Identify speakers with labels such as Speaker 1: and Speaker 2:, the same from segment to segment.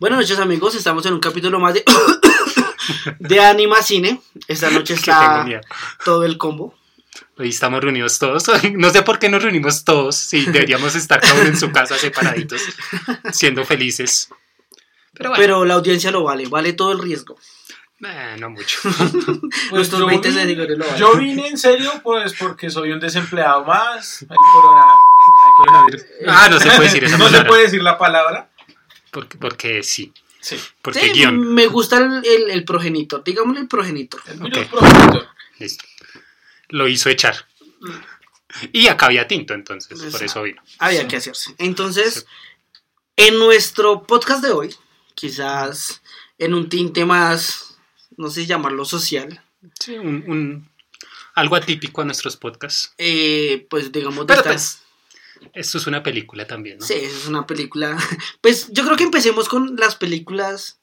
Speaker 1: Buenas noches amigos, estamos en un capítulo más de, de Anima Cine. Esta noche
Speaker 2: Que tengo
Speaker 1: está
Speaker 2: miedo.
Speaker 1: todo el combo.
Speaker 2: Hoy estamos reunidos todos. No sé por qué nos reunimos todos. Sí, deberíamos estar cada uno en su casa separaditos, siendo felices. Pero bueno,
Speaker 1: Pero la audiencia lo vale, vale todo el riesgo.
Speaker 2: eh, no mucho.
Speaker 3: Pues
Speaker 1: Nuestros
Speaker 3: yo
Speaker 1: 20
Speaker 3: vine-
Speaker 1: seguidores lo valen.
Speaker 3: Yo vine en serio, pues, porque soy un desempleado más. El corona-
Speaker 2: Ah, no se puede decir esa
Speaker 3: no
Speaker 2: palabra.
Speaker 3: se puede decir la palabra.
Speaker 2: Porque, porque sí.
Speaker 3: Sí.
Speaker 2: Porque
Speaker 1: Sí,
Speaker 2: guión.
Speaker 1: me gusta el, el- el progenitor, digámosle el progenitor.
Speaker 3: El virus
Speaker 2: Ok.
Speaker 3: progenitor.
Speaker 2: Listo. Lo hizo echar. Y acá había tinto, entonces, por
Speaker 1: Exacto.
Speaker 2: eso vino.
Speaker 1: Había
Speaker 3: Sí.
Speaker 1: que hacerse. Entonces,
Speaker 2: Sí.
Speaker 1: en nuestro podcast de hoy, quizás en un tinte más, no sé si llamarlo social,
Speaker 2: Sí, un, un- algo atípico a nuestros podcasts.
Speaker 1: eh, pues digamos... de
Speaker 2: Pero
Speaker 1: esta-
Speaker 2: pues, esto es una película también, ¿no?
Speaker 1: Sí, es una película. Pues yo creo que empecemos con las películas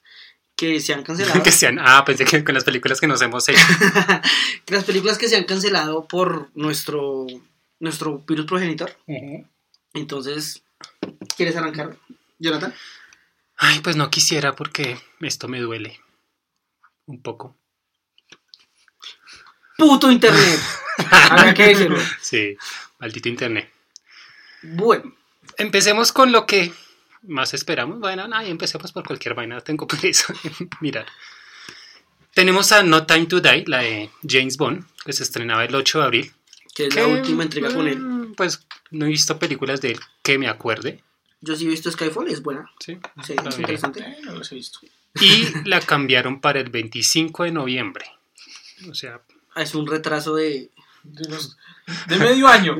Speaker 1: que se han cancelado.
Speaker 2: Que sean, ah, pensé que con las películas que nos hemos hecho.
Speaker 1: las películas que se han cancelado por nuestro nuestro virus progenitor.
Speaker 2: Ujú.
Speaker 1: Entonces, ¿quieres arrancar, Jonathan?
Speaker 2: Ay, pues no quisiera porque esto me duele un poco.
Speaker 1: Puto internet. Habrá que decirlo.
Speaker 2: Sí, maldito internet.
Speaker 1: Bueno,
Speaker 2: Empecemos con lo que más esperamos. Bueno, nada, y empecemos por cualquier vaina. Tengo pereza. Mirar. Tenemos a No Time to Die, la de James Bond, que se estrenaba el 8 de abril.
Speaker 1: que es
Speaker 2: Que,
Speaker 1: la última entrega con él.
Speaker 2: mm, Pues no he visto películas de él que me acuerde.
Speaker 1: Yo sí he visto Skyfall, es buena.
Speaker 2: Sí,
Speaker 1: Sí,
Speaker 2: la
Speaker 1: es
Speaker 2: veré.
Speaker 1: interesante.
Speaker 3: Eh, no los he visto.
Speaker 2: Y la cambiaron para el 25 de noviembre. O sea,
Speaker 1: Es un retraso de.
Speaker 3: De, los- de medio año.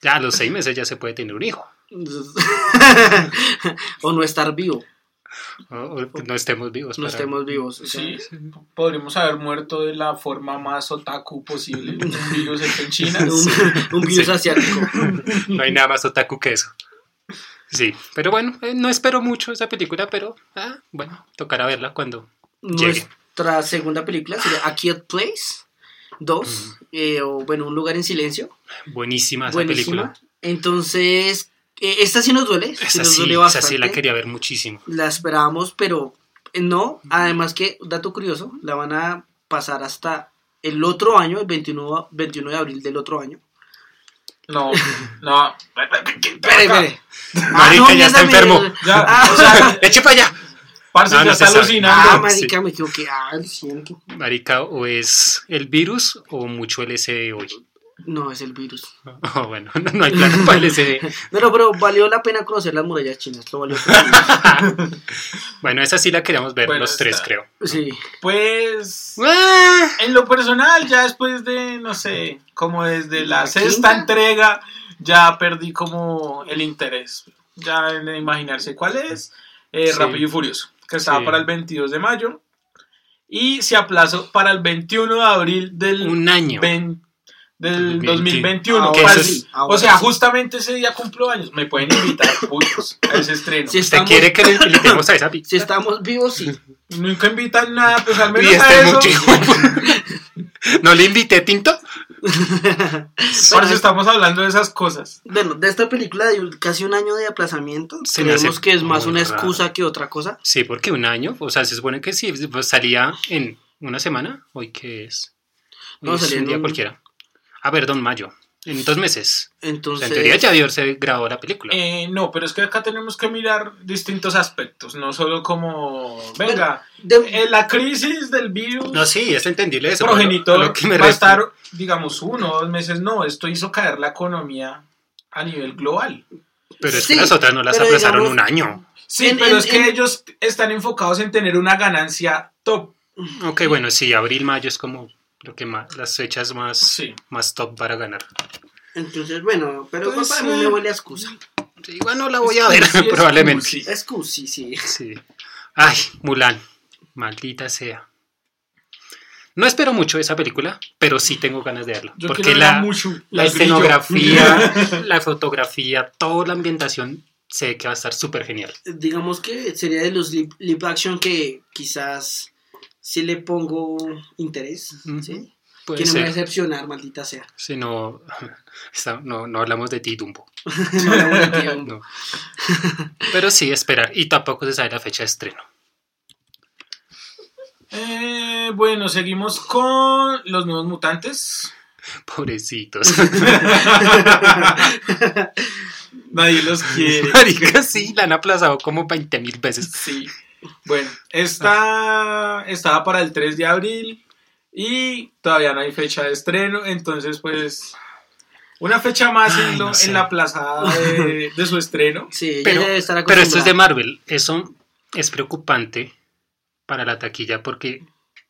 Speaker 2: ya a los seis meses ya se puede tener un hijo.
Speaker 1: o no estar vivo.
Speaker 2: O, o que Ah, no estemos vivos.
Speaker 1: No
Speaker 2: para-
Speaker 1: estemos vivos. o sea,
Speaker 3: Sí, podríamos haber muerto de la forma más otaku posible. Un virus hecho en China.
Speaker 1: Un, un virus
Speaker 2: Sí.
Speaker 1: asiático.
Speaker 2: No hay nada más otaku que eso. Sí, pero bueno, eh, no espero mucho esa película, pero ah, bueno, tocará verla cuando. Llegue.
Speaker 1: Nuestra segunda película sería A Quiet Place 2, eh, o bueno, Un Lugar en Silencio.
Speaker 2: Buenísima esa
Speaker 1: Buenísima.
Speaker 2: película.
Speaker 1: Entonces, eh, esta sí nos duele, sí
Speaker 2: Esa
Speaker 1: nos
Speaker 2: sí,
Speaker 1: duele
Speaker 2: esa
Speaker 1: bastante.
Speaker 2: sí la
Speaker 1: la,
Speaker 2: quería ver muchísimo.
Speaker 1: esperábamos, pero eh, no. Además que, dato curioso, la van a pasar hasta el otro año, el 21, 21 de abril del otro año.
Speaker 3: No, no.
Speaker 1: Espere, espere. Ah,
Speaker 2: Marica, ya está
Speaker 1: mierda,
Speaker 2: enfermo.
Speaker 1: mierda.
Speaker 3: Ya,
Speaker 1: Ah,
Speaker 3: o sea,
Speaker 2: ¡Eche para allá!
Speaker 3: parce,
Speaker 2: No, no
Speaker 3: ya
Speaker 2: se
Speaker 3: está
Speaker 2: sabe.
Speaker 3: alucinando.
Speaker 1: Ah,
Speaker 2: sí.
Speaker 1: marica, me equivoqué. Ah, lo siento.
Speaker 2: Marica, o es el virus o mucho LSD hoy.
Speaker 1: No, es el virus.
Speaker 2: Oh, bueno, no, no hay plan para LSD.
Speaker 1: No, no, pero valió la pena conocer las murallas chinas. Lo valió.
Speaker 2: Bueno, esa sí la queríamos ver
Speaker 3: Bueno,
Speaker 2: los tres,
Speaker 3: está.
Speaker 2: creo.
Speaker 1: Sí.
Speaker 3: Pues.
Speaker 2: Ah,
Speaker 3: En lo personal, ya después de, no sé, como desde la,
Speaker 1: ¿La
Speaker 3: sexta
Speaker 1: quinta?
Speaker 3: entrega, ya perdí como el interés. Ya en imaginarse cuál es. Eh,
Speaker 2: Sí.
Speaker 3: Rápido y Furioso, que estaba
Speaker 2: Sí.
Speaker 3: para el 22 de mayo. Y se aplazó para el 21 de abril del,
Speaker 2: un año.
Speaker 3: ven- del
Speaker 2: Del
Speaker 3: 2021.
Speaker 1: Ahora
Speaker 2: Que eso
Speaker 3: Para-
Speaker 2: sí,
Speaker 1: ahora
Speaker 3: o sea,
Speaker 1: sí.
Speaker 3: justamente ese día cumplo años. Me pueden invitar, putos, a ese estreno.
Speaker 1: Si
Speaker 2: ¿Usted
Speaker 1: estamos,
Speaker 2: quiere que le invitemos a esa
Speaker 1: si
Speaker 2: pizza?
Speaker 1: estamos vivos, sí.
Speaker 3: Nunca invitan nada, pues al menos
Speaker 2: Y
Speaker 3: a
Speaker 2: este
Speaker 3: eso.
Speaker 2: mucho hijo de pu- ¿No le invité tinto?
Speaker 3: Por eso estamos hablando de esas cosas.
Speaker 1: Bueno, de esta película de un- casi un año de aplazamiento,
Speaker 2: Se me
Speaker 1: creemos
Speaker 2: hace
Speaker 1: que es más
Speaker 2: muy
Speaker 1: una
Speaker 2: raro.
Speaker 1: excusa que otra cosa.
Speaker 2: Sí, porque un año, o sea, se supone que sí, pues, salía en una semana, hoy que es. Hoy
Speaker 1: No,
Speaker 2: es
Speaker 1: salía
Speaker 2: un
Speaker 1: en
Speaker 2: día
Speaker 1: un-
Speaker 2: cualquiera. Ah, perdón, mayo. En dos meses. O sea,
Speaker 1: Entonces,
Speaker 2: en teoría ya Dior se grabó la película.
Speaker 3: Eh, no, pero es que acá tenemos que mirar distintos aspectos, no solo como, venga,
Speaker 1: de-
Speaker 3: eh, la crisis del virus
Speaker 2: no, sí, es entendible eso.
Speaker 3: progenitor
Speaker 2: pero a lo que me
Speaker 3: va a
Speaker 2: refiero-
Speaker 3: estar, digamos, uno o dos meses, no, esto hizo caer la economía a nivel global.
Speaker 2: Pero es
Speaker 1: Sí,
Speaker 2: que las otras no las
Speaker 1: pero
Speaker 2: aplazaron
Speaker 1: digamos-
Speaker 2: un año.
Speaker 3: Sí,
Speaker 1: En-
Speaker 3: pero
Speaker 1: en-
Speaker 3: es que
Speaker 1: en-
Speaker 3: ellos están enfocados en tener una ganancia top.
Speaker 2: Ok, bueno, sí, abril, mayo es como lo que más, las fechas más,
Speaker 3: Sí.
Speaker 2: más top para ganar.
Speaker 1: entonces, bueno, pero
Speaker 3: Pues,
Speaker 1: papá, a mí me
Speaker 3: eh,
Speaker 1: huele a excusa.
Speaker 2: Sí, igual no la voy a ver,
Speaker 3: Sí, es
Speaker 2: probablemente.
Speaker 3: cursi.
Speaker 1: Excusa, sí, sí.
Speaker 2: Sí. Ay, Mulan. Maldita sea. No espero mucho esa película, pero sí tengo ganas de verla.
Speaker 3: Yo
Speaker 2: porque
Speaker 3: quiero la,
Speaker 2: la,
Speaker 3: mucho.
Speaker 2: la
Speaker 3: el brillo.
Speaker 2: escenografía, la fotografía, toda la ambientación, sé que va a estar súper genial.
Speaker 1: Digamos que sería de los lip, lip action que quizás sí le pongo interés,
Speaker 2: Ujú.
Speaker 1: ¿sí?
Speaker 2: Puede
Speaker 1: Que no me va a
Speaker 2: ser.
Speaker 1: decepcionar, maldita sea.
Speaker 2: Si no, está- no, no hablamos de ti, Dumbo.
Speaker 1: No, la voy a tirar.
Speaker 2: No. Pero sí, esperar. Y tampoco se sabe la fecha de estreno.
Speaker 3: Eh, bueno, seguimos con los nuevos mutantes.
Speaker 2: Pobrecitos.
Speaker 3: Nadie los quiere.
Speaker 2: Marica, sí, la han aplazado como 20 mil veces.
Speaker 3: Sí. Bueno, esta estaba para el 3 de abril y todavía no hay fecha de estreno, entonces pues una fecha más
Speaker 2: Ay,
Speaker 3: en, lo-
Speaker 2: no sé.
Speaker 3: en la plazada de, de su estreno.
Speaker 1: Sí, ella
Speaker 2: Pero,
Speaker 1: debe estar
Speaker 2: pero esto es de
Speaker 1: acostumbrada.
Speaker 2: Marvel. Eso es preocupante para la taquilla porque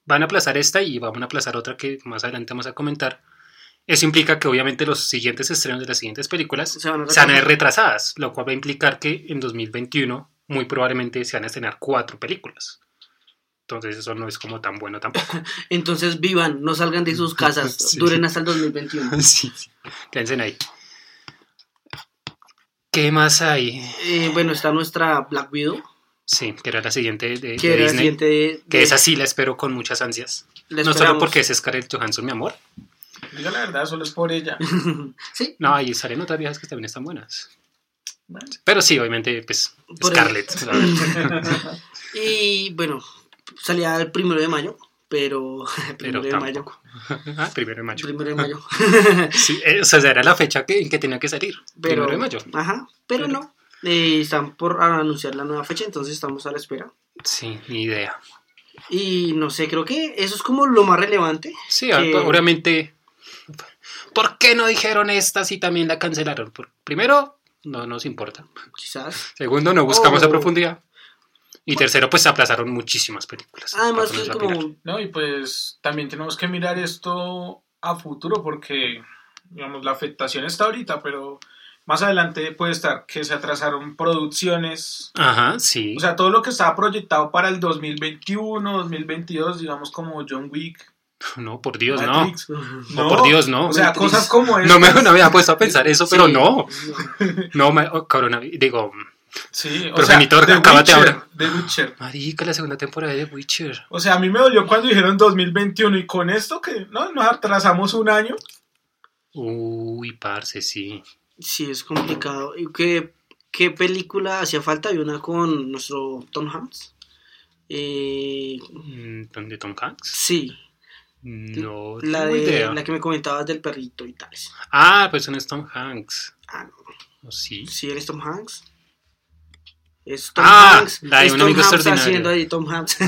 Speaker 2: van a aplazar esta y van a aplazar otra que más adelante vamos a comentar. Eso implica que obviamente los siguientes estrenos de las siguientes películas
Speaker 1: Se van a
Speaker 2: se van a ver
Speaker 1: retrasar.
Speaker 2: retrasadas, lo cual va a implicar que en 2021 muy probablemente se van a estrenar cuatro películas. Entonces eso no es como tan bueno tampoco.
Speaker 1: Entonces vivan, no salgan de sus casas,
Speaker 2: Sí.
Speaker 1: duren hasta el 2021.
Speaker 2: sí, sí. Quédense ahí. ¿Qué más hay?
Speaker 1: Eh, bueno, está nuestra Black Widow,
Speaker 2: Sí, que era la siguiente de, de
Speaker 1: que era la
Speaker 2: Disney.
Speaker 1: siguiente de-
Speaker 2: Que
Speaker 1: de-
Speaker 2: esa sí la espero con muchas ansias.
Speaker 1: la
Speaker 2: no solo
Speaker 1: esperamos.
Speaker 2: porque es Scarlett Johansson, mi amor.
Speaker 3: Digo la verdad, solo es por ella.
Speaker 1: Sí,
Speaker 2: No, ahí salen otras viejas que también están buenas.
Speaker 3: Bueno.
Speaker 2: Pero sí, obviamente, pues,
Speaker 1: Por
Speaker 2: Scarlett. o sea,
Speaker 1: y bueno, salía el primero de mayo, pero... el
Speaker 2: Pero
Speaker 1: primero de mayo.
Speaker 2: tampoco. ah, primero de mayo.
Speaker 1: Primero de mayo.
Speaker 2: Sí, eh, o sea, era la fecha que, en que tenía que salir.
Speaker 1: Pero,
Speaker 2: Primero de mayo.
Speaker 1: Ajá, pero,
Speaker 2: Pero-
Speaker 1: no. Eh, están por anunciar la nueva fecha, entonces estamos a la espera.
Speaker 2: Sí, ni idea.
Speaker 1: Y no sé, creo que eso es como lo más relevante.
Speaker 2: Sí,
Speaker 1: Que-
Speaker 2: ah, obviamente. ¿Por qué no dijeron esta si también la cancelaron? Por- primero, no nos importa.
Speaker 1: Quizás.
Speaker 2: Segundo, no buscamos
Speaker 1: Oh.
Speaker 2: a profundidad. Y tercero, pues aplazaron muchísimas películas.
Speaker 1: Además,
Speaker 2: Para
Speaker 1: que
Speaker 2: ponerla a mirar.
Speaker 1: como.
Speaker 3: No, y pues también tenemos que mirar esto a futuro porque, digamos, la afectación está ahorita, pero más adelante puede estar que se atrasaron producciones.
Speaker 2: Ajá, sí.
Speaker 3: O sea, todo lo que estaba proyectado para el 2021, 2022, digamos como John Wick,
Speaker 2: no, por Dios, no.
Speaker 3: Matrix,
Speaker 2: No, por Dios, no.
Speaker 3: O sea,
Speaker 1: Matrix.
Speaker 3: cosas como
Speaker 2: No me,
Speaker 3: estas.
Speaker 2: no me había puesto a pensar eso, pero
Speaker 1: Sí.
Speaker 2: no. No, ma- oh, coronavirus. Digo,
Speaker 3: Sí, o
Speaker 2: Progenitor,
Speaker 3: sea, The
Speaker 2: acábate
Speaker 3: Witcher,
Speaker 2: ahora.
Speaker 3: The Witcher.
Speaker 2: marica, la segunda temporada de Witcher.
Speaker 3: O sea, a mí me dolió cuando dijeron 2021 y con esto que no nos atrasamos un año.
Speaker 2: Uy, parce, sí.
Speaker 1: Sí, es complicado. ¿Y qué, qué película hacía falta? Había una con nuestro Tom Hanks. Eh,
Speaker 2: Mm, ¿Dónde Tom Hanks?
Speaker 1: sí,
Speaker 2: No
Speaker 1: la,
Speaker 2: tengo idea.
Speaker 1: de, la que me comentabas del perrito y tales.
Speaker 2: Ah, pues no es Tom Hanks.
Speaker 1: Ah, no.
Speaker 2: Oh, sí.
Speaker 1: Sí, eres Tom Hanks. Es Tom
Speaker 2: Ah,
Speaker 1: Hanks.
Speaker 2: la de
Speaker 1: es
Speaker 2: un
Speaker 1: Tom
Speaker 2: amigo
Speaker 1: Hanks
Speaker 2: extraordinario.
Speaker 1: haciendo ahí Tom Hanks.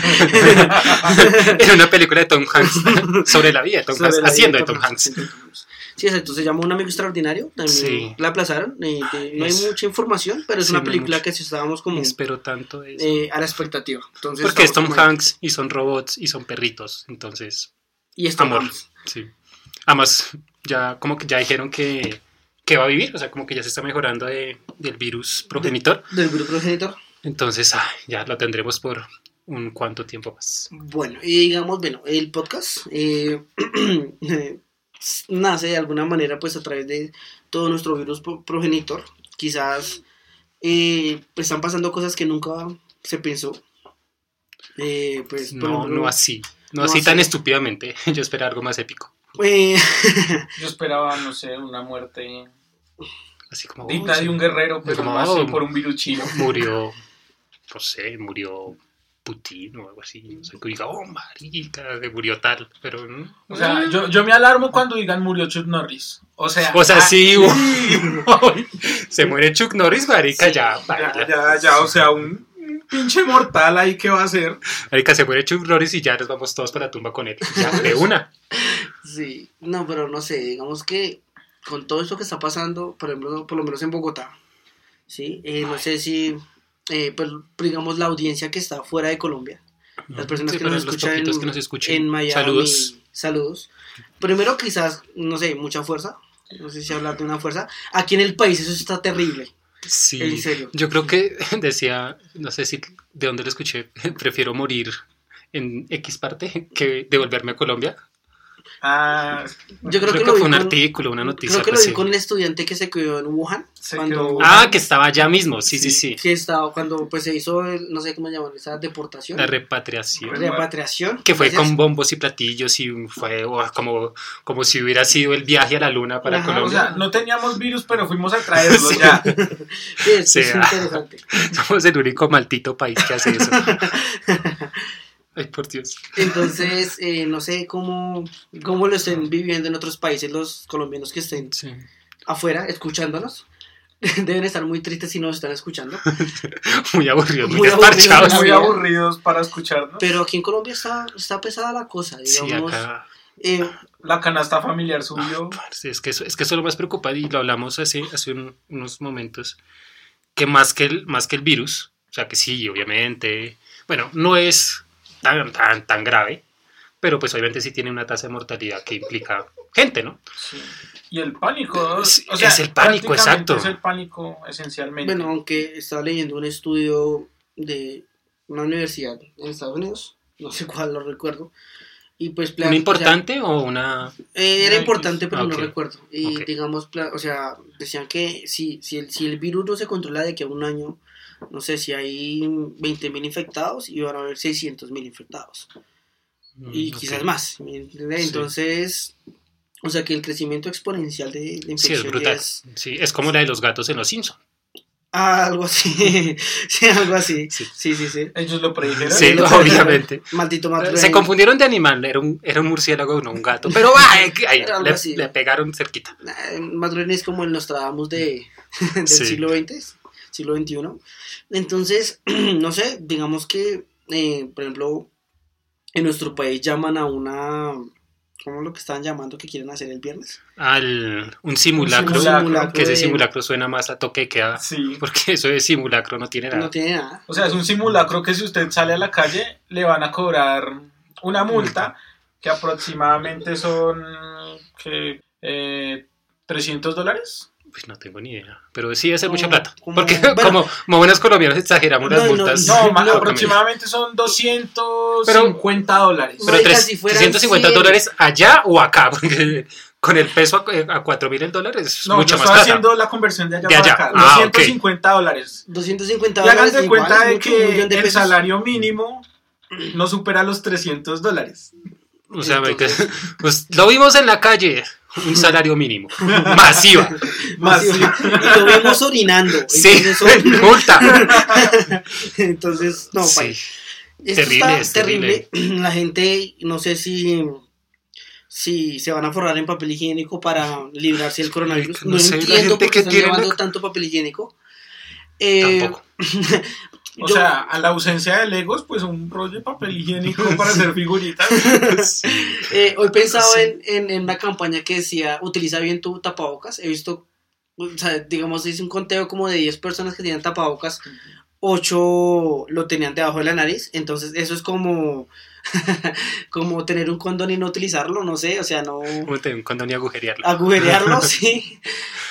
Speaker 2: Era una película de Tom Hanks sobre la vida de Tom
Speaker 1: Sobre
Speaker 2: Hanks,
Speaker 1: la vida
Speaker 2: haciendo de
Speaker 1: Tom
Speaker 2: Tom Hanks.
Speaker 1: Hanks. Sí, exacto. Se llamó Un Amigo Extraordinario. También
Speaker 2: Sí.
Speaker 1: la aplazaron. eh, que no hay
Speaker 2: eso.
Speaker 1: mucha información, pero es
Speaker 2: Sí,
Speaker 1: una
Speaker 2: no hay
Speaker 1: película
Speaker 2: mucho.
Speaker 1: que si estábamos como
Speaker 2: Espero tanto eso.
Speaker 1: eh, a la expectativa. Entonces,
Speaker 2: Porque es Tom
Speaker 1: estamos como ahí.
Speaker 2: Hanks y son robots y son perritos. Entonces,
Speaker 1: Y es Tom
Speaker 2: Amor.
Speaker 1: Hanks.
Speaker 2: Sí. Además, ya como que ya dijeron que, que va a vivir, o sea, como que ya se está mejorando de- del virus progenitor.
Speaker 1: Del grupo progenitor.
Speaker 2: Entonces, ah, ya lo tendremos por un cuánto tiempo más.
Speaker 1: Bueno, y digamos, bueno, el podcast eh, nace de alguna manera pues a través de todo nuestro virus pro- progenitor. Quizás eh, pues, están pasando cosas que nunca se pensó. Eh, pues, por
Speaker 2: No,
Speaker 1: ejemplo,
Speaker 2: no así. No,
Speaker 1: no
Speaker 2: así tan
Speaker 1: así.
Speaker 2: estúpidamente. Yo esperaba algo más épico.
Speaker 1: eh,
Speaker 3: Yo esperaba, no sé, una muerte
Speaker 2: Así como.
Speaker 3: digna
Speaker 2: oh, sí,
Speaker 3: de un guerrero, pero
Speaker 2: Como-
Speaker 3: no así por un virus chino.
Speaker 2: Murió. No sé, murió Putin o algo así. O sea, que diga, oh, marica, se murió tal. Pero. mm,
Speaker 3: O sea, yo, yo me alarmo cuando digan murió Chuck Norris. O sea,
Speaker 2: O sea,
Speaker 3: ah,
Speaker 2: sí, se muere Chuck Norris, marica, ya,
Speaker 3: Ya,
Speaker 2: baila.
Speaker 3: ya, ya, o sea, un un pinche mortal ahí que va a hacer.
Speaker 2: Marica, se muere Chuck Norris y ya nos vamos todos para la tumba con él. Ya, de una.
Speaker 1: sí, no, pero no sé, digamos que con todo esto que está pasando, por ejemplo, por lo menos en Bogotá, ¿sí? Eh, no sé si, eh, pues, digamos, la audiencia que está fuera de Colombia, las personas
Speaker 2: Sí,
Speaker 1: que,
Speaker 2: para
Speaker 1: nos
Speaker 2: los
Speaker 1: escuchan
Speaker 2: poquitos
Speaker 1: en,
Speaker 2: que nos escuchen,
Speaker 1: en Miami.
Speaker 2: saludos.
Speaker 1: Saludos. Primero, quizás, no sé, mucha fuerza. No sé si hablar de una fuerza. Aquí en el país eso está terrible. En
Speaker 2: Sí.
Speaker 1: serio.
Speaker 2: Yo creo que decía, no sé si de dónde lo escuché, prefiero morir en X parte que devolverme a Colombia.
Speaker 3: Ah,
Speaker 1: Yo creo,
Speaker 2: Creo, que,
Speaker 1: lo vi
Speaker 2: fue un
Speaker 1: con-
Speaker 2: artículo, una noticia. pues
Speaker 1: Creo que lo vi
Speaker 2: recién.
Speaker 1: con el estudiante que se quedó en Wuhan.
Speaker 3: Se
Speaker 1: cuando,
Speaker 3: quedó-
Speaker 2: Ah, que estaba allá mismo, sí, sí, sí.
Speaker 1: que estaba, cuando pues se hizo, el- no sé cómo llaman, esa deportación.
Speaker 2: La repatriación.
Speaker 1: repatriación.
Speaker 2: Que fue
Speaker 1: Gracias.
Speaker 2: con bombos y platillos y fue oh, como, como si hubiera sido el viaje a la luna para
Speaker 1: Ajá,
Speaker 3: o
Speaker 2: Colombia.
Speaker 3: sea, no teníamos virus, pero fuimos a traerlo ya.
Speaker 1: Sí, es,
Speaker 2: Sí,
Speaker 1: es
Speaker 2: ah.
Speaker 1: interesante.
Speaker 2: Somos el único maldito país que hace eso. Ay, por Dios.
Speaker 1: Entonces, eh, no sé cómo, cómo lo estén viviendo en otros países los colombianos que estén
Speaker 2: Sí.
Speaker 1: afuera escuchándonos. Deben estar muy tristes si nos están escuchando.
Speaker 2: Muy aburrido, muy,
Speaker 1: Muy aburrido,
Speaker 2: desparchados.
Speaker 3: Muy
Speaker 1: Sí.
Speaker 3: aburridos para escucharnos.
Speaker 1: Pero aquí en Colombia está, está pesada la cosa,
Speaker 2: Sí,
Speaker 1: digamos.
Speaker 2: acá.
Speaker 1: eh,
Speaker 3: La canasta familiar subió.
Speaker 2: parce, es, que eso, es que eso es lo más preocupante y lo hablamos hace, hace un- unos momentos. Que más que, el, más que el virus, o sea que sí, obviamente. Bueno, no es tan, tan, tan grave, pero pues obviamente sí tiene una tasa de mortalidad que implica gente, ¿no?
Speaker 3: Sí. Y el pánico. o
Speaker 2: Sí,
Speaker 3: sea,
Speaker 2: es el pánico,
Speaker 3: prácticamente
Speaker 2: exacto.
Speaker 3: Es el pánico, esencialmente.
Speaker 1: Bueno, aunque estaba leyendo un estudio de una universidad en Estados Unidos, no sé cuál lo recuerdo, y pues plan-
Speaker 2: ¿Una
Speaker 1: o
Speaker 2: importante o una.?
Speaker 1: sea, eh,
Speaker 3: Una
Speaker 1: era importante,
Speaker 3: X.
Speaker 1: pero
Speaker 2: Ah,
Speaker 1: no
Speaker 2: ok.
Speaker 1: recuerdo. Y
Speaker 2: Ok.
Speaker 1: digamos, plan- o sea, decían que si, si, el, si el virus no se controla de que a un año, no sé, si hay 20.000 infectados y van a haber 600.000 infectados, y
Speaker 2: Mm,
Speaker 1: quizás
Speaker 2: ok.
Speaker 1: más. ¿me entiendes?
Speaker 2: Sí.
Speaker 1: Entonces, o sea, que el crecimiento exponencial de, de
Speaker 2: Sí, es
Speaker 1: infección ya
Speaker 2: brutal.
Speaker 1: es
Speaker 2: Sí, es como la de los gatos en los Simpsons.
Speaker 1: Ah, algo así, sí, algo así.
Speaker 2: Sí.
Speaker 1: Sí, sí, sí.
Speaker 3: Ellos lo predijeron.
Speaker 2: Sí,
Speaker 1: lo-
Speaker 2: obviamente.
Speaker 1: Maldito
Speaker 2: Eh,
Speaker 1: Matt
Speaker 2: Se
Speaker 1: Groening.
Speaker 2: confundieron de animal, era un, era un murciélago, no un gato. Pero va, eh, que- ahí,
Speaker 1: Era algo así.
Speaker 2: le, le pegaron cerquita.
Speaker 1: Eh, Matt Groening es como el Nostradamus de, del
Speaker 2: Sí.
Speaker 1: siglo XX, siglo XXI. Entonces, no sé, digamos que, eh, por ejemplo, en nuestro país llaman a una. ¿Cómo es lo que están llamando que quieren hacer el viernes?
Speaker 2: Al, un simulacro,
Speaker 3: simulacro,
Speaker 2: que ese
Speaker 1: de-
Speaker 2: simulacro suena más a toque que a...
Speaker 3: Sí.
Speaker 2: Porque eso de simulacro no tiene nada.
Speaker 1: No tiene nada.
Speaker 3: O sea, es un simulacro que si usted sale a la calle le van a cobrar una multa que aproximadamente son que eh, 300 dólares.
Speaker 2: Pues no tengo ni idea. Pero sí debe ser
Speaker 1: Como-
Speaker 2: mucha plata.
Speaker 1: como-
Speaker 2: porque
Speaker 1: bueno.
Speaker 2: como, como buenos colombianos exageramos
Speaker 1: No,
Speaker 2: las
Speaker 1: no,
Speaker 2: multas.
Speaker 3: No, ma-
Speaker 2: locamente.
Speaker 3: aproximadamente son 250 dólares.
Speaker 2: Pero
Speaker 1: Marica,
Speaker 2: tres-
Speaker 1: si fueran
Speaker 2: 350
Speaker 1: cien.
Speaker 2: dólares allá o acá. Porque con el peso a, a 4 mil dólares es
Speaker 3: no, yo
Speaker 2: mucha más
Speaker 3: estaba
Speaker 2: plata.
Speaker 3: haciendo la conversión de allá
Speaker 2: De allá.
Speaker 3: para acá.
Speaker 2: Ah,
Speaker 3: 250 dólares.
Speaker 1: 250
Speaker 3: Y hagan
Speaker 1: dólares.
Speaker 3: de
Speaker 1: igual,
Speaker 3: cuenta de
Speaker 1: mucho, un
Speaker 3: que
Speaker 1: millón de
Speaker 3: el
Speaker 1: pesos.
Speaker 3: salario mínimo no supera los 300 dólares.
Speaker 2: O sea, me-
Speaker 1: Entonces-
Speaker 2: pues, lo vimos en la calle, un salario mínimo, masiva,
Speaker 1: Más,
Speaker 3: Más-
Speaker 1: y lo vemos orinando.
Speaker 2: sí,
Speaker 1: Entonces, son-
Speaker 2: multa.
Speaker 1: entonces, no, paila.
Speaker 2: sí,
Speaker 1: Esto
Speaker 2: Terrible,
Speaker 1: está
Speaker 2: es
Speaker 1: terrible. La gente, no sé si, si se van a forrar en papel higiénico para librarse del coronavirus.
Speaker 2: Marica, no
Speaker 1: No,
Speaker 2: sé, la
Speaker 1: entiendo
Speaker 2: gente
Speaker 1: por qué
Speaker 2: que
Speaker 1: están
Speaker 2: tiene
Speaker 1: llevando
Speaker 2: la-
Speaker 1: tanto papel higiénico. Eh,
Speaker 2: tampoco.
Speaker 3: O
Speaker 1: yo-
Speaker 3: sea, a la ausencia de Legos, pues un rollo de papel higiénico para hacer figuritas.
Speaker 1: eh, hoy pensaba
Speaker 2: Sí.
Speaker 1: en, en- en una campaña que decía, utiliza bien tu tapabocas. He visto, o sea, digamos, hice un conteo como de 10 personas que tenían tapabocas. 8 lo tenían debajo de la nariz, entonces eso es como, como tener un condón y no utilizarlo, no sé, o sea, no...
Speaker 2: Como te- Un condón y
Speaker 1: Ah.
Speaker 2: agujerearlo.
Speaker 1: agujerearlo, sí.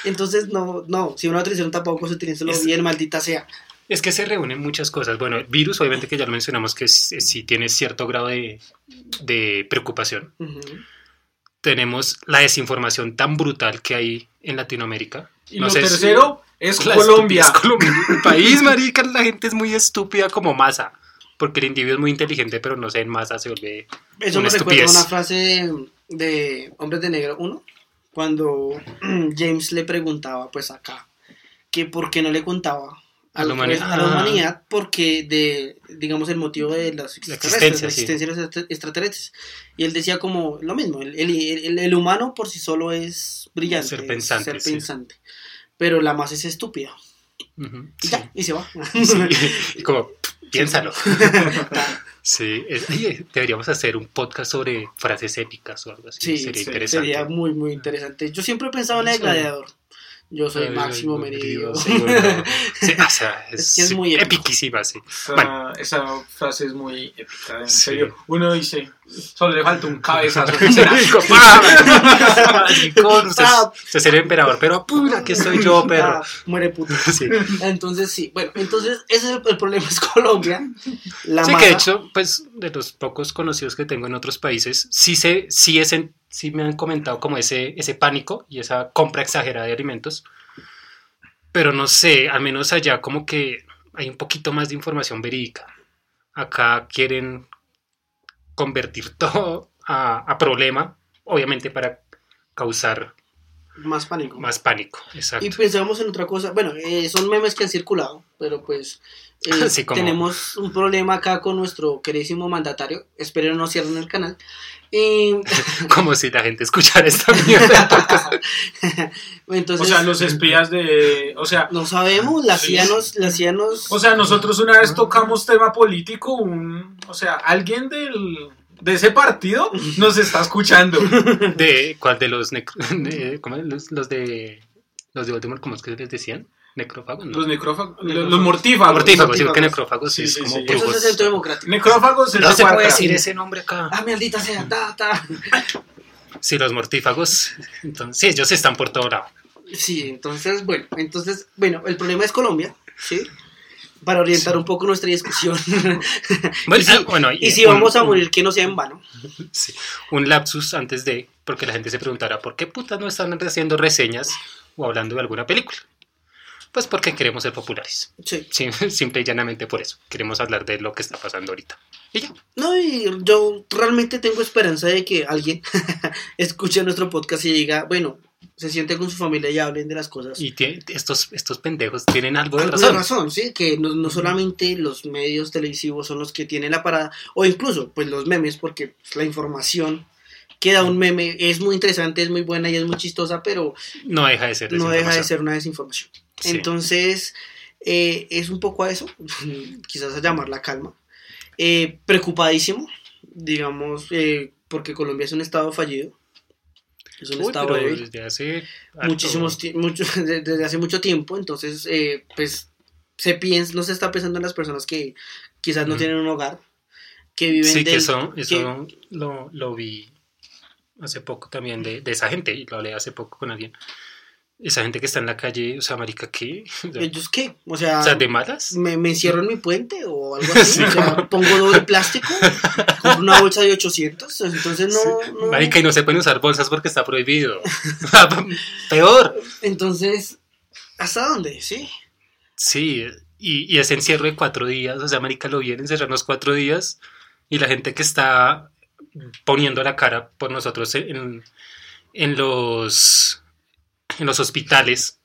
Speaker 1: Entonces, no, no, si uno va a utilizar un tapabocas, utilícelo
Speaker 2: Es-
Speaker 1: bien, maldita sea.
Speaker 2: Es que se reúnen muchas cosas. Bueno, el virus, obviamente que ya lo mencionamos, que s- sí tiene cierto grado de, de preocupación.
Speaker 1: Ujú.
Speaker 2: Tenemos la desinformación tan brutal que hay en Latinoamérica.
Speaker 3: Y
Speaker 2: No
Speaker 3: lo
Speaker 2: sé si-
Speaker 3: tercero es
Speaker 2: La
Speaker 3: Colombia.
Speaker 2: estupidez colombiana. El país, marica, la gente es muy estúpida como masa. Porque el individuo es muy inteligente, pero no sé, en masa se vuelve...
Speaker 1: Eso
Speaker 2: Una
Speaker 1: me recuerda a
Speaker 2: estupidez.
Speaker 1: una frase de, de Hombres de Negro 1, cuando James le preguntaba, pues acá, que por qué no le contaba a,
Speaker 2: A la
Speaker 1: la
Speaker 2: humanidad.
Speaker 1: a la humanidad, porque de, digamos, el motivo de los extraterrestres,
Speaker 2: existencia,
Speaker 1: la
Speaker 2: sí.
Speaker 1: existencia de los extra- extraterrestres. Y él decía como lo mismo, el, el- el- el humano por sí solo es brillante,
Speaker 2: Ser
Speaker 1: es
Speaker 2: pensante,
Speaker 1: ser
Speaker 2: sí.
Speaker 1: pensante. Pero la masa es estúpida.
Speaker 2: Ujú,
Speaker 1: Y
Speaker 2: sí.
Speaker 1: ya, y se va.
Speaker 2: Sí, y como, piénsalo. Sí, es- oye, deberíamos hacer un podcast sobre frases épicas o algo así.
Speaker 1: Sí,
Speaker 2: sería
Speaker 1: sí,
Speaker 2: interesante.
Speaker 1: sería muy, muy interesante. Yo siempre he pensado en el
Speaker 2: Sí.
Speaker 1: gladiador. Yo soy
Speaker 2: Ay,
Speaker 1: Máximo
Speaker 2: ay,
Speaker 1: Meridio.
Speaker 2: Dios, sí, bueno. Sí, o sea, es,
Speaker 1: que es muy épico.
Speaker 2: epiquísima, sí.
Speaker 3: Esa,
Speaker 2: Bueno.
Speaker 3: esa frase es muy épica, en
Speaker 2: Sí.
Speaker 3: serio. Uno dice, solo le falta un cabezazo.
Speaker 2: Digo, ¡pa! Maricón, usted, es- usted sería el emperador, pero ¡pum! aquí estoy yo, perro.
Speaker 1: Ah, muere puto.
Speaker 2: Sí.
Speaker 1: Entonces, sí. Bueno, entonces ese es el, el problema es Colombia. La
Speaker 2: sí,
Speaker 1: masa,
Speaker 2: que de hecho, pues de los pocos conocidos que tengo en otros países, sí, se, sí es en- sí me han comentado como ese, ese pánico y esa compra exagerada de alimentos. Pero no sé, al menos allá como que hay un poquito más de información verídica. Acá quieren convertir todo a, a problema, obviamente para causar
Speaker 1: Más pánico.
Speaker 2: más pánico. Exacto.
Speaker 1: Y pensamos en otra cosa. Bueno, eh, son memes que han circulado, pero pues eh,
Speaker 2: Sí, como-
Speaker 1: tenemos un problema acá con nuestro queridísimo mandatario. Espero no cierren el canal. Y
Speaker 2: Como si la gente escuchara esta mierda.
Speaker 1: entonces
Speaker 3: o sea, los espías de. O sea,
Speaker 1: no sabemos, la
Speaker 3: Sí.
Speaker 1: CIA nos, la CIA nos-
Speaker 3: o sea, nosotros una vez tocamos tema político, un, o sea, alguien del, de ese partido nos está escuchando.
Speaker 2: de cuál de los necro- de- ¿cómo es? los, los de los de Voldemort cómo es que les decían necrófagos no.
Speaker 3: Los necrófagos, los,
Speaker 1: Necrófagos.
Speaker 3: mortífagos.
Speaker 2: mortífagos
Speaker 1: mortífagos.
Speaker 2: sí, porque necrófagos
Speaker 3: Sí,
Speaker 2: es
Speaker 3: sí,
Speaker 2: como
Speaker 3: sí.
Speaker 1: eso es el centro democrático.
Speaker 3: Necrófagos es
Speaker 2: no
Speaker 3: la
Speaker 2: se puede
Speaker 3: cuarta.
Speaker 2: decir ese nombre acá
Speaker 1: Ah, maldita sea, ta, ta.
Speaker 2: sí los mortífagos entonces sí ellos están por todo lado
Speaker 1: Sí, entonces, bueno, entonces, bueno, el problema es Colombia, ¿sí? Para orientar un poco nuestra discusión.
Speaker 2: bueno,
Speaker 1: y si,
Speaker 2: ah, bueno,
Speaker 1: y si
Speaker 2: un-
Speaker 1: vamos a morir, que no sea en vano.
Speaker 2: sí, un lapsus antes de porque la gente se preguntará por qué putas no están haciendo reseñas o hablando de alguna película pues porque queremos ser populares
Speaker 1: Sí.
Speaker 2: Sim- simple y llanamente por eso queremos hablar de lo que está pasando ahorita y ya
Speaker 1: No, y yo realmente tengo esperanza de que alguien escuche nuestro podcast y diga, bueno, se siente con su familia y hablen de las cosas.
Speaker 2: Y tie- estos, estos pendejos tienen algo de
Speaker 1: Alguna
Speaker 2: razón.
Speaker 1: razón, sí, que no, no solamente los medios televisivos son los que tienen la parada, o incluso, pues los memes, porque pues, la información que da un meme es muy interesante, es muy buena y es muy chistosa, pero
Speaker 2: No deja de ser
Speaker 1: no deja de
Speaker 2: desinformación.
Speaker 1: ser una desinformación.
Speaker 2: Sí.
Speaker 1: Entonces, eh, es un poco a eso, quizás a llamar la calma. Eh, preocupadísimo, digamos, eh, porque Colombia es un estado fallido. Es un
Speaker 2: Uy,
Speaker 1: estado
Speaker 2: pero
Speaker 1: débil,
Speaker 2: desde hace harto-
Speaker 1: muchísimos ti- mucho- de- desde hace mucho tiempo, entonces, eh, pues, se piensa, no se está pensando en las personas que quizás no
Speaker 2: Ujú.
Speaker 1: tienen un hogar, que viven
Speaker 2: Sí, que
Speaker 1: del-
Speaker 2: eso, eso lo, lo vi hace poco también de, de esa gente, y lo hablé hace poco con alguien. Esa gente que está en la calle, o sea, marica, ¿qué? O sea,
Speaker 1: ellos qué, o
Speaker 2: o
Speaker 1: sea,
Speaker 2: sea, de malas.
Speaker 1: me, me encierro en mi puente o algo así. o sea, pongo doble plástico, compro una bolsa de 800. Entonces, no.
Speaker 2: Sí.
Speaker 1: no-
Speaker 2: Marica, y no se pueden usar bolsas porque está prohibido. Peor.
Speaker 1: Entonces, ¿hasta dónde? Sí.
Speaker 2: Sí, y, y ese encierro de cuatro días, o sea, marica, lo vienen encerrarnos cuatro días y la gente que está poniendo la cara por nosotros en, en los, en los hospitales,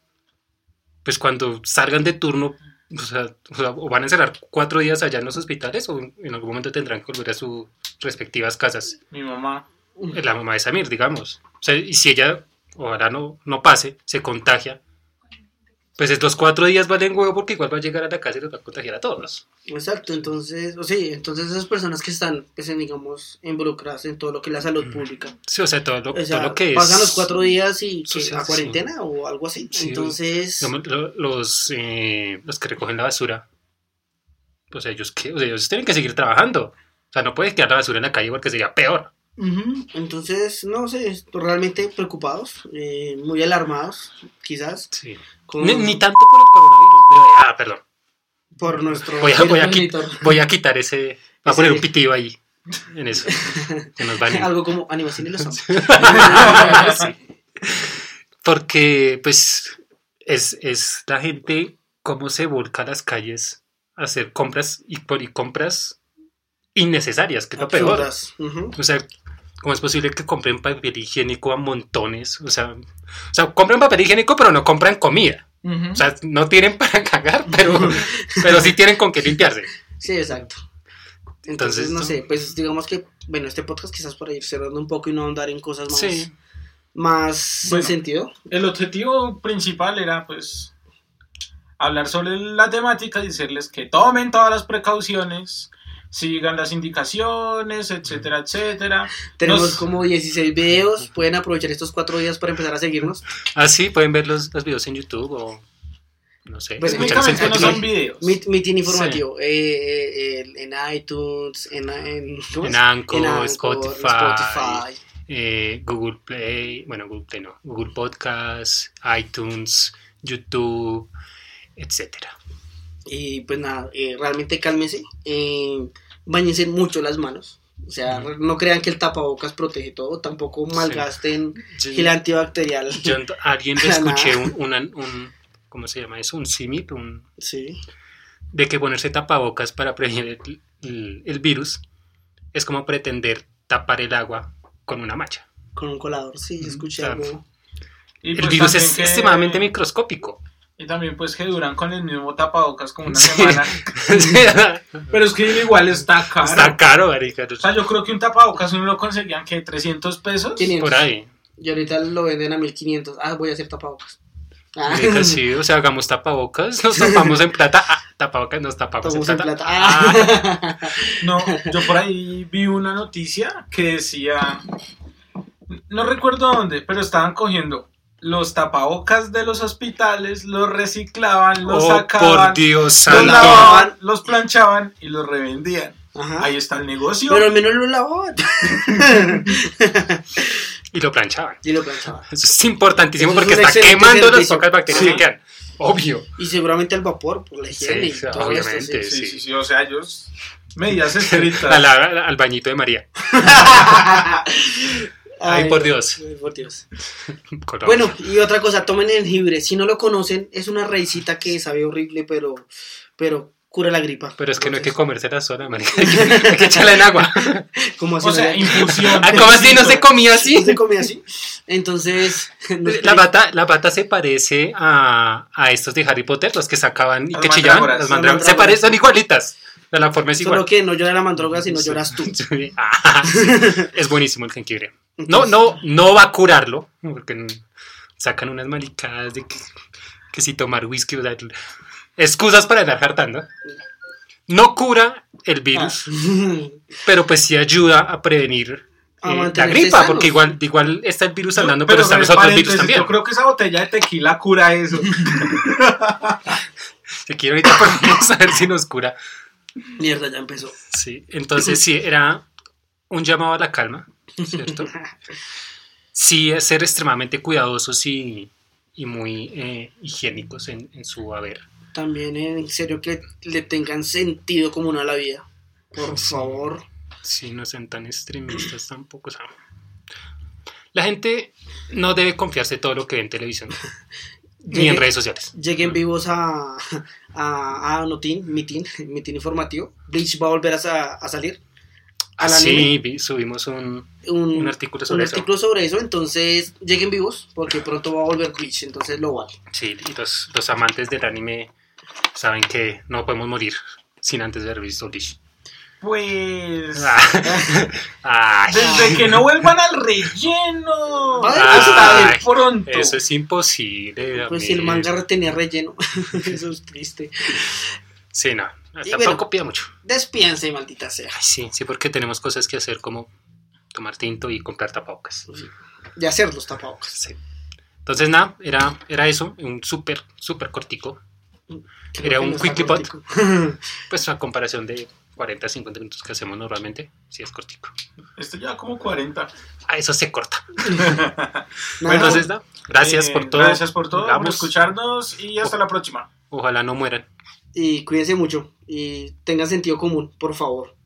Speaker 2: pues cuando salgan de turno, o sea, o sea, o van a encerrar cuatro días allá en los hospitales o en algún momento tendrán que volver a sus respectivas casas.
Speaker 3: Mi mamá.
Speaker 2: La mamá de Samir, digamos. O sea, y si ella, ojalá no, no pase, se contagia, pues estos cuatro días valen huevo porque igual va a llegar a la casa y los va a contagiar a todos.
Speaker 1: Mm, Exacto. Entonces, o sí, entonces esas personas que están, pues, en, digamos, involucradas en todo lo que es la salud pública.
Speaker 2: Sí, o sea, todo lo,
Speaker 1: O
Speaker 2: todo
Speaker 1: sea,
Speaker 2: lo que es.
Speaker 1: pasan los cuatro días y que,
Speaker 2: social,
Speaker 1: a
Speaker 2: sí.
Speaker 1: cuarentena o algo así.
Speaker 2: Sí,
Speaker 1: entonces,
Speaker 2: digamos, lo- Los, eh, los que recogen la basura, pues ellos, ¿qué? O sea, ellos tienen que seguir trabajando. O sea, no puedes quedar la basura en la calle porque sería peor.
Speaker 1: ujú, entonces, no sé, estoy realmente preocupados, eh, muy alarmados, quizás. con-
Speaker 2: Ni, ni tanto por el coronavirus. de- Ah, perdón.
Speaker 1: por nuestro.
Speaker 2: Voy a- voy a
Speaker 1: director
Speaker 2: Voy a quitar ese. Voy a
Speaker 1: Ese-
Speaker 2: poner un pitido ahí. En eso. Que nos van
Speaker 1: Algo como animación y los zombies.
Speaker 2: Porque, pues, es, es la gente cómo se volca a las calles a hacer compras y, por, y compras innecesarias, que es lo peor.
Speaker 1: Absurdas. Ujú.
Speaker 2: O sea, ¿cómo es posible que compren papel higiénico a montones? O sea, o sea, compran papel higiénico, pero no compran comida. O sea, no tienen para cagar, pero, pero sí tienen con qué limpiarse.
Speaker 1: Sí, exacto. Entonces,
Speaker 2: Entonces,
Speaker 1: no
Speaker 2: ¿no?
Speaker 1: sé, pues digamos que, bueno, este podcast quizás para ir cerrando un poco y no andar en cosas más,
Speaker 2: Sí.
Speaker 1: más
Speaker 3: Bueno.
Speaker 1: sin sentido.
Speaker 3: El objetivo principal era, pues, hablar sobre la temática y decirles que tomen todas las precauciones, sigan las indicaciones, etcétera, etcétera.
Speaker 1: Tenemos
Speaker 3: Nos-
Speaker 1: como 16 videos, pueden aprovechar estos cuatro días para empezar a seguirnos.
Speaker 2: Así Ah, pueden ver los, los videos en YouTube o, no sé,
Speaker 1: Pues,
Speaker 2: escucharse en
Speaker 3: Técnicamente no
Speaker 1: aquí.
Speaker 3: son
Speaker 2: Spotify,
Speaker 3: videos.
Speaker 1: Meet- Meeting informativo, eh, eh, el- en iTunes, en, en, ¿cómo
Speaker 2: en
Speaker 1: es?
Speaker 2: Anchor,
Speaker 1: En Anchor,
Speaker 2: Spotify.
Speaker 1: Spotify.
Speaker 2: eh, Google Play, bueno, Google Play no, Google Podcast, iTunes, YouTube, etcétera.
Speaker 1: Y pues nada, eh, realmente cálmense, eh, bañense mucho las manos, O sea, no crean que el tapabocas protege todo, tampoco malgasten
Speaker 2: Sí.
Speaker 1: gel antibacterial.
Speaker 2: Yo ent- alguien le
Speaker 1: Para nada.
Speaker 2: escuché un, una- un- ¿cómo se llama eso? Un simip, un,
Speaker 1: Sí.
Speaker 2: de que ponerse tapabocas para prevenir el, el- el virus es como pretender tapar el agua con una macha.
Speaker 1: Con un colador, sí,
Speaker 2: Mm,
Speaker 1: escuché
Speaker 2: claro.
Speaker 1: algo.
Speaker 3: Y
Speaker 2: el
Speaker 3: pues
Speaker 2: virus
Speaker 3: también
Speaker 2: es
Speaker 3: que-
Speaker 2: extremadamente microscópico.
Speaker 3: Y también pues que duran con el mismo tapabocas como una
Speaker 2: Sí.
Speaker 3: semana.
Speaker 2: O sea,
Speaker 3: Pero es que igual está caro.
Speaker 2: Está caro, marica.
Speaker 3: O sea, yo creo que un tapabocas uno lo conseguían que 300 pesos.
Speaker 1: 500.
Speaker 2: Por ahí.
Speaker 1: Y ahorita lo venden a 1500. Ah, voy a hacer tapabocas. Ah,
Speaker 2: Marica, sí, o sea, hagamos tapabocas, nos tapamos en plata. Ah, tapabocas, nos tapamos en
Speaker 1: tapabocas en plata.
Speaker 2: plata. Ah,
Speaker 1: Ah.
Speaker 3: No, yo por ahí vi una noticia que decía, no recuerdo dónde, pero estaban cogiendo los tapabocas de los hospitales, los reciclaban, los
Speaker 2: oh,
Speaker 3: sacaban,
Speaker 2: por Dios
Speaker 3: los
Speaker 1: santo.
Speaker 2: santo.
Speaker 3: lavaban, los planchaban y los revendían.
Speaker 1: Ajá.
Speaker 3: Ahí está el negocio.
Speaker 1: Pero al menos lo lavaban.
Speaker 2: Y lo planchaban.
Speaker 1: y lo planchaban.
Speaker 2: Eso es importantísimo
Speaker 1: Eso es
Speaker 2: porque
Speaker 1: un
Speaker 2: está
Speaker 1: excelente
Speaker 2: quemando las
Speaker 1: servicio.
Speaker 2: pocas bacterias
Speaker 1: Sí.
Speaker 2: que quedan. Obvio.
Speaker 1: Y seguramente al vapor, por la higiene
Speaker 2: Sí,
Speaker 1: y todo
Speaker 2: obviamente.
Speaker 1: esto. sí.
Speaker 2: sí.
Speaker 3: sí, sí, sí, o sea, ellos medidas
Speaker 2: La,
Speaker 3: estrictas.
Speaker 2: la- la- al bañito de María. Ay, por Dios.
Speaker 1: Ay, por Dios.
Speaker 2: Colombia.
Speaker 1: Bueno, y otra cosa, tomen jengibre. Si no lo conocen, es una raicita que sabe horrible, pero, pero cura la gripa.
Speaker 2: Pero es que no hay que comérsela sola, marica. Hay que, hay que echarla en agua.
Speaker 1: Como así.
Speaker 3: O sea,
Speaker 1: ¿no?
Speaker 3: infusión.
Speaker 2: Ah, ¿Cómo así? ¿No se comía
Speaker 1: ¿No
Speaker 2: así?
Speaker 1: se come así. Entonces, no es
Speaker 2: La
Speaker 1: que-
Speaker 2: bata, la bata se parece a, a estos de Harry Potter, los que sacaban y
Speaker 3: Las
Speaker 2: que chillaban.
Speaker 3: mandrágoras.
Speaker 2: Las
Speaker 3: Las
Speaker 2: mandrágoras. Se
Speaker 1: mandrágoras.
Speaker 2: parecen, son igualitas. De la forma es
Speaker 1: solo
Speaker 2: igual.
Speaker 1: que no llora la mandroga, sino
Speaker 2: Sí.
Speaker 1: lloras tú.
Speaker 2: Sí. Ah, sí. es buenísimo el jengibre. No, no, no va a curarlo. Porque n- sacan unas maricadas de que, que si tomar whisky. o sea, l- excusas para andar hartando. No cura el
Speaker 1: Ah.
Speaker 2: virus, pero pues sí ayuda a prevenir
Speaker 1: A
Speaker 2: eh, la
Speaker 1: mantenerse
Speaker 2: gripa,
Speaker 1: sanos.
Speaker 2: porque igual, igual está el virus hablando,
Speaker 3: Yo-
Speaker 2: pero, están los otros virus
Speaker 3: paréntesis,
Speaker 2: también.
Speaker 3: Yo creo que esa botella de tequila cura eso.
Speaker 2: Te quiero ahorita por favor, saber si nos cura.
Speaker 1: Mierda, ya empezó.
Speaker 2: Sí, entonces sí, era un llamado a la calma, ¿cierto? Sí, es ser extremadamente cuidadosos y, y muy eh, higiénicos en, en su haber.
Speaker 1: También en serio que le tengan sentido común a la vida. Por favor.
Speaker 2: Sí, no sean tan extremistas tampoco. o sea, la gente no debe confiarse todo lo que ve en televisión ni en
Speaker 1: Llegué-
Speaker 2: redes sociales. Mm.
Speaker 1: Lleguen vivos a, a, a Notin, Mitin, Mitin informativo. Bleach va a volver a, sa- a salir. Al
Speaker 2: Ah, Sí,
Speaker 1: anime.
Speaker 2: vi- subimos un,
Speaker 1: Un,
Speaker 2: un artículo
Speaker 1: un
Speaker 2: sobre eso.
Speaker 1: artículo sobre eso. Entonces, lleguen vivos porque pronto va a volver Bleach. Entonces, lo vale.
Speaker 2: Sí, y los, los amantes del anime saben que no podemos morir sin antes de haber visto Bleach.
Speaker 3: Pues.
Speaker 2: Ah. Ay.
Speaker 3: Desde que no vuelvan al relleno.
Speaker 1: Ay,
Speaker 3: Hasta
Speaker 2: ay,
Speaker 3: de pronto.
Speaker 2: Eso es imposible.
Speaker 1: Pues si el
Speaker 2: amigo.
Speaker 1: manga tenía relleno. eso es triste.
Speaker 2: Sí, no.
Speaker 1: Y
Speaker 2: Tampoco
Speaker 1: bueno.
Speaker 2: pida mucho.
Speaker 1: Despíanse, maldita sea.
Speaker 2: Ay, sí, sí, porque tenemos cosas que hacer como tomar tinto y comprar tapabocas.
Speaker 1: De hacer los tapabocas.
Speaker 2: Sí. Entonces, nada, era, era eso, un súper, súper cortico.
Speaker 1: Creo
Speaker 2: Era
Speaker 1: que
Speaker 2: un
Speaker 1: no está
Speaker 2: quickly pot.
Speaker 1: cortico.
Speaker 2: Pues a comparación de 40, 50 minutos que hacemos normalmente, sí es cortico.
Speaker 3: Esto ya como 40.
Speaker 2: A eso se corta.
Speaker 1: Nada,
Speaker 2: Entonces, nada, gracias
Speaker 3: Eh,
Speaker 2: por todo.
Speaker 3: Gracias por todo, por
Speaker 2: Vamos. Oh.
Speaker 3: escucharnos y hasta la próxima.
Speaker 2: Ojalá no mueran.
Speaker 1: Y cuídense mucho. Y tengan sentido común, por favor.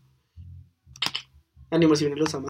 Speaker 1: Animaciones los ama.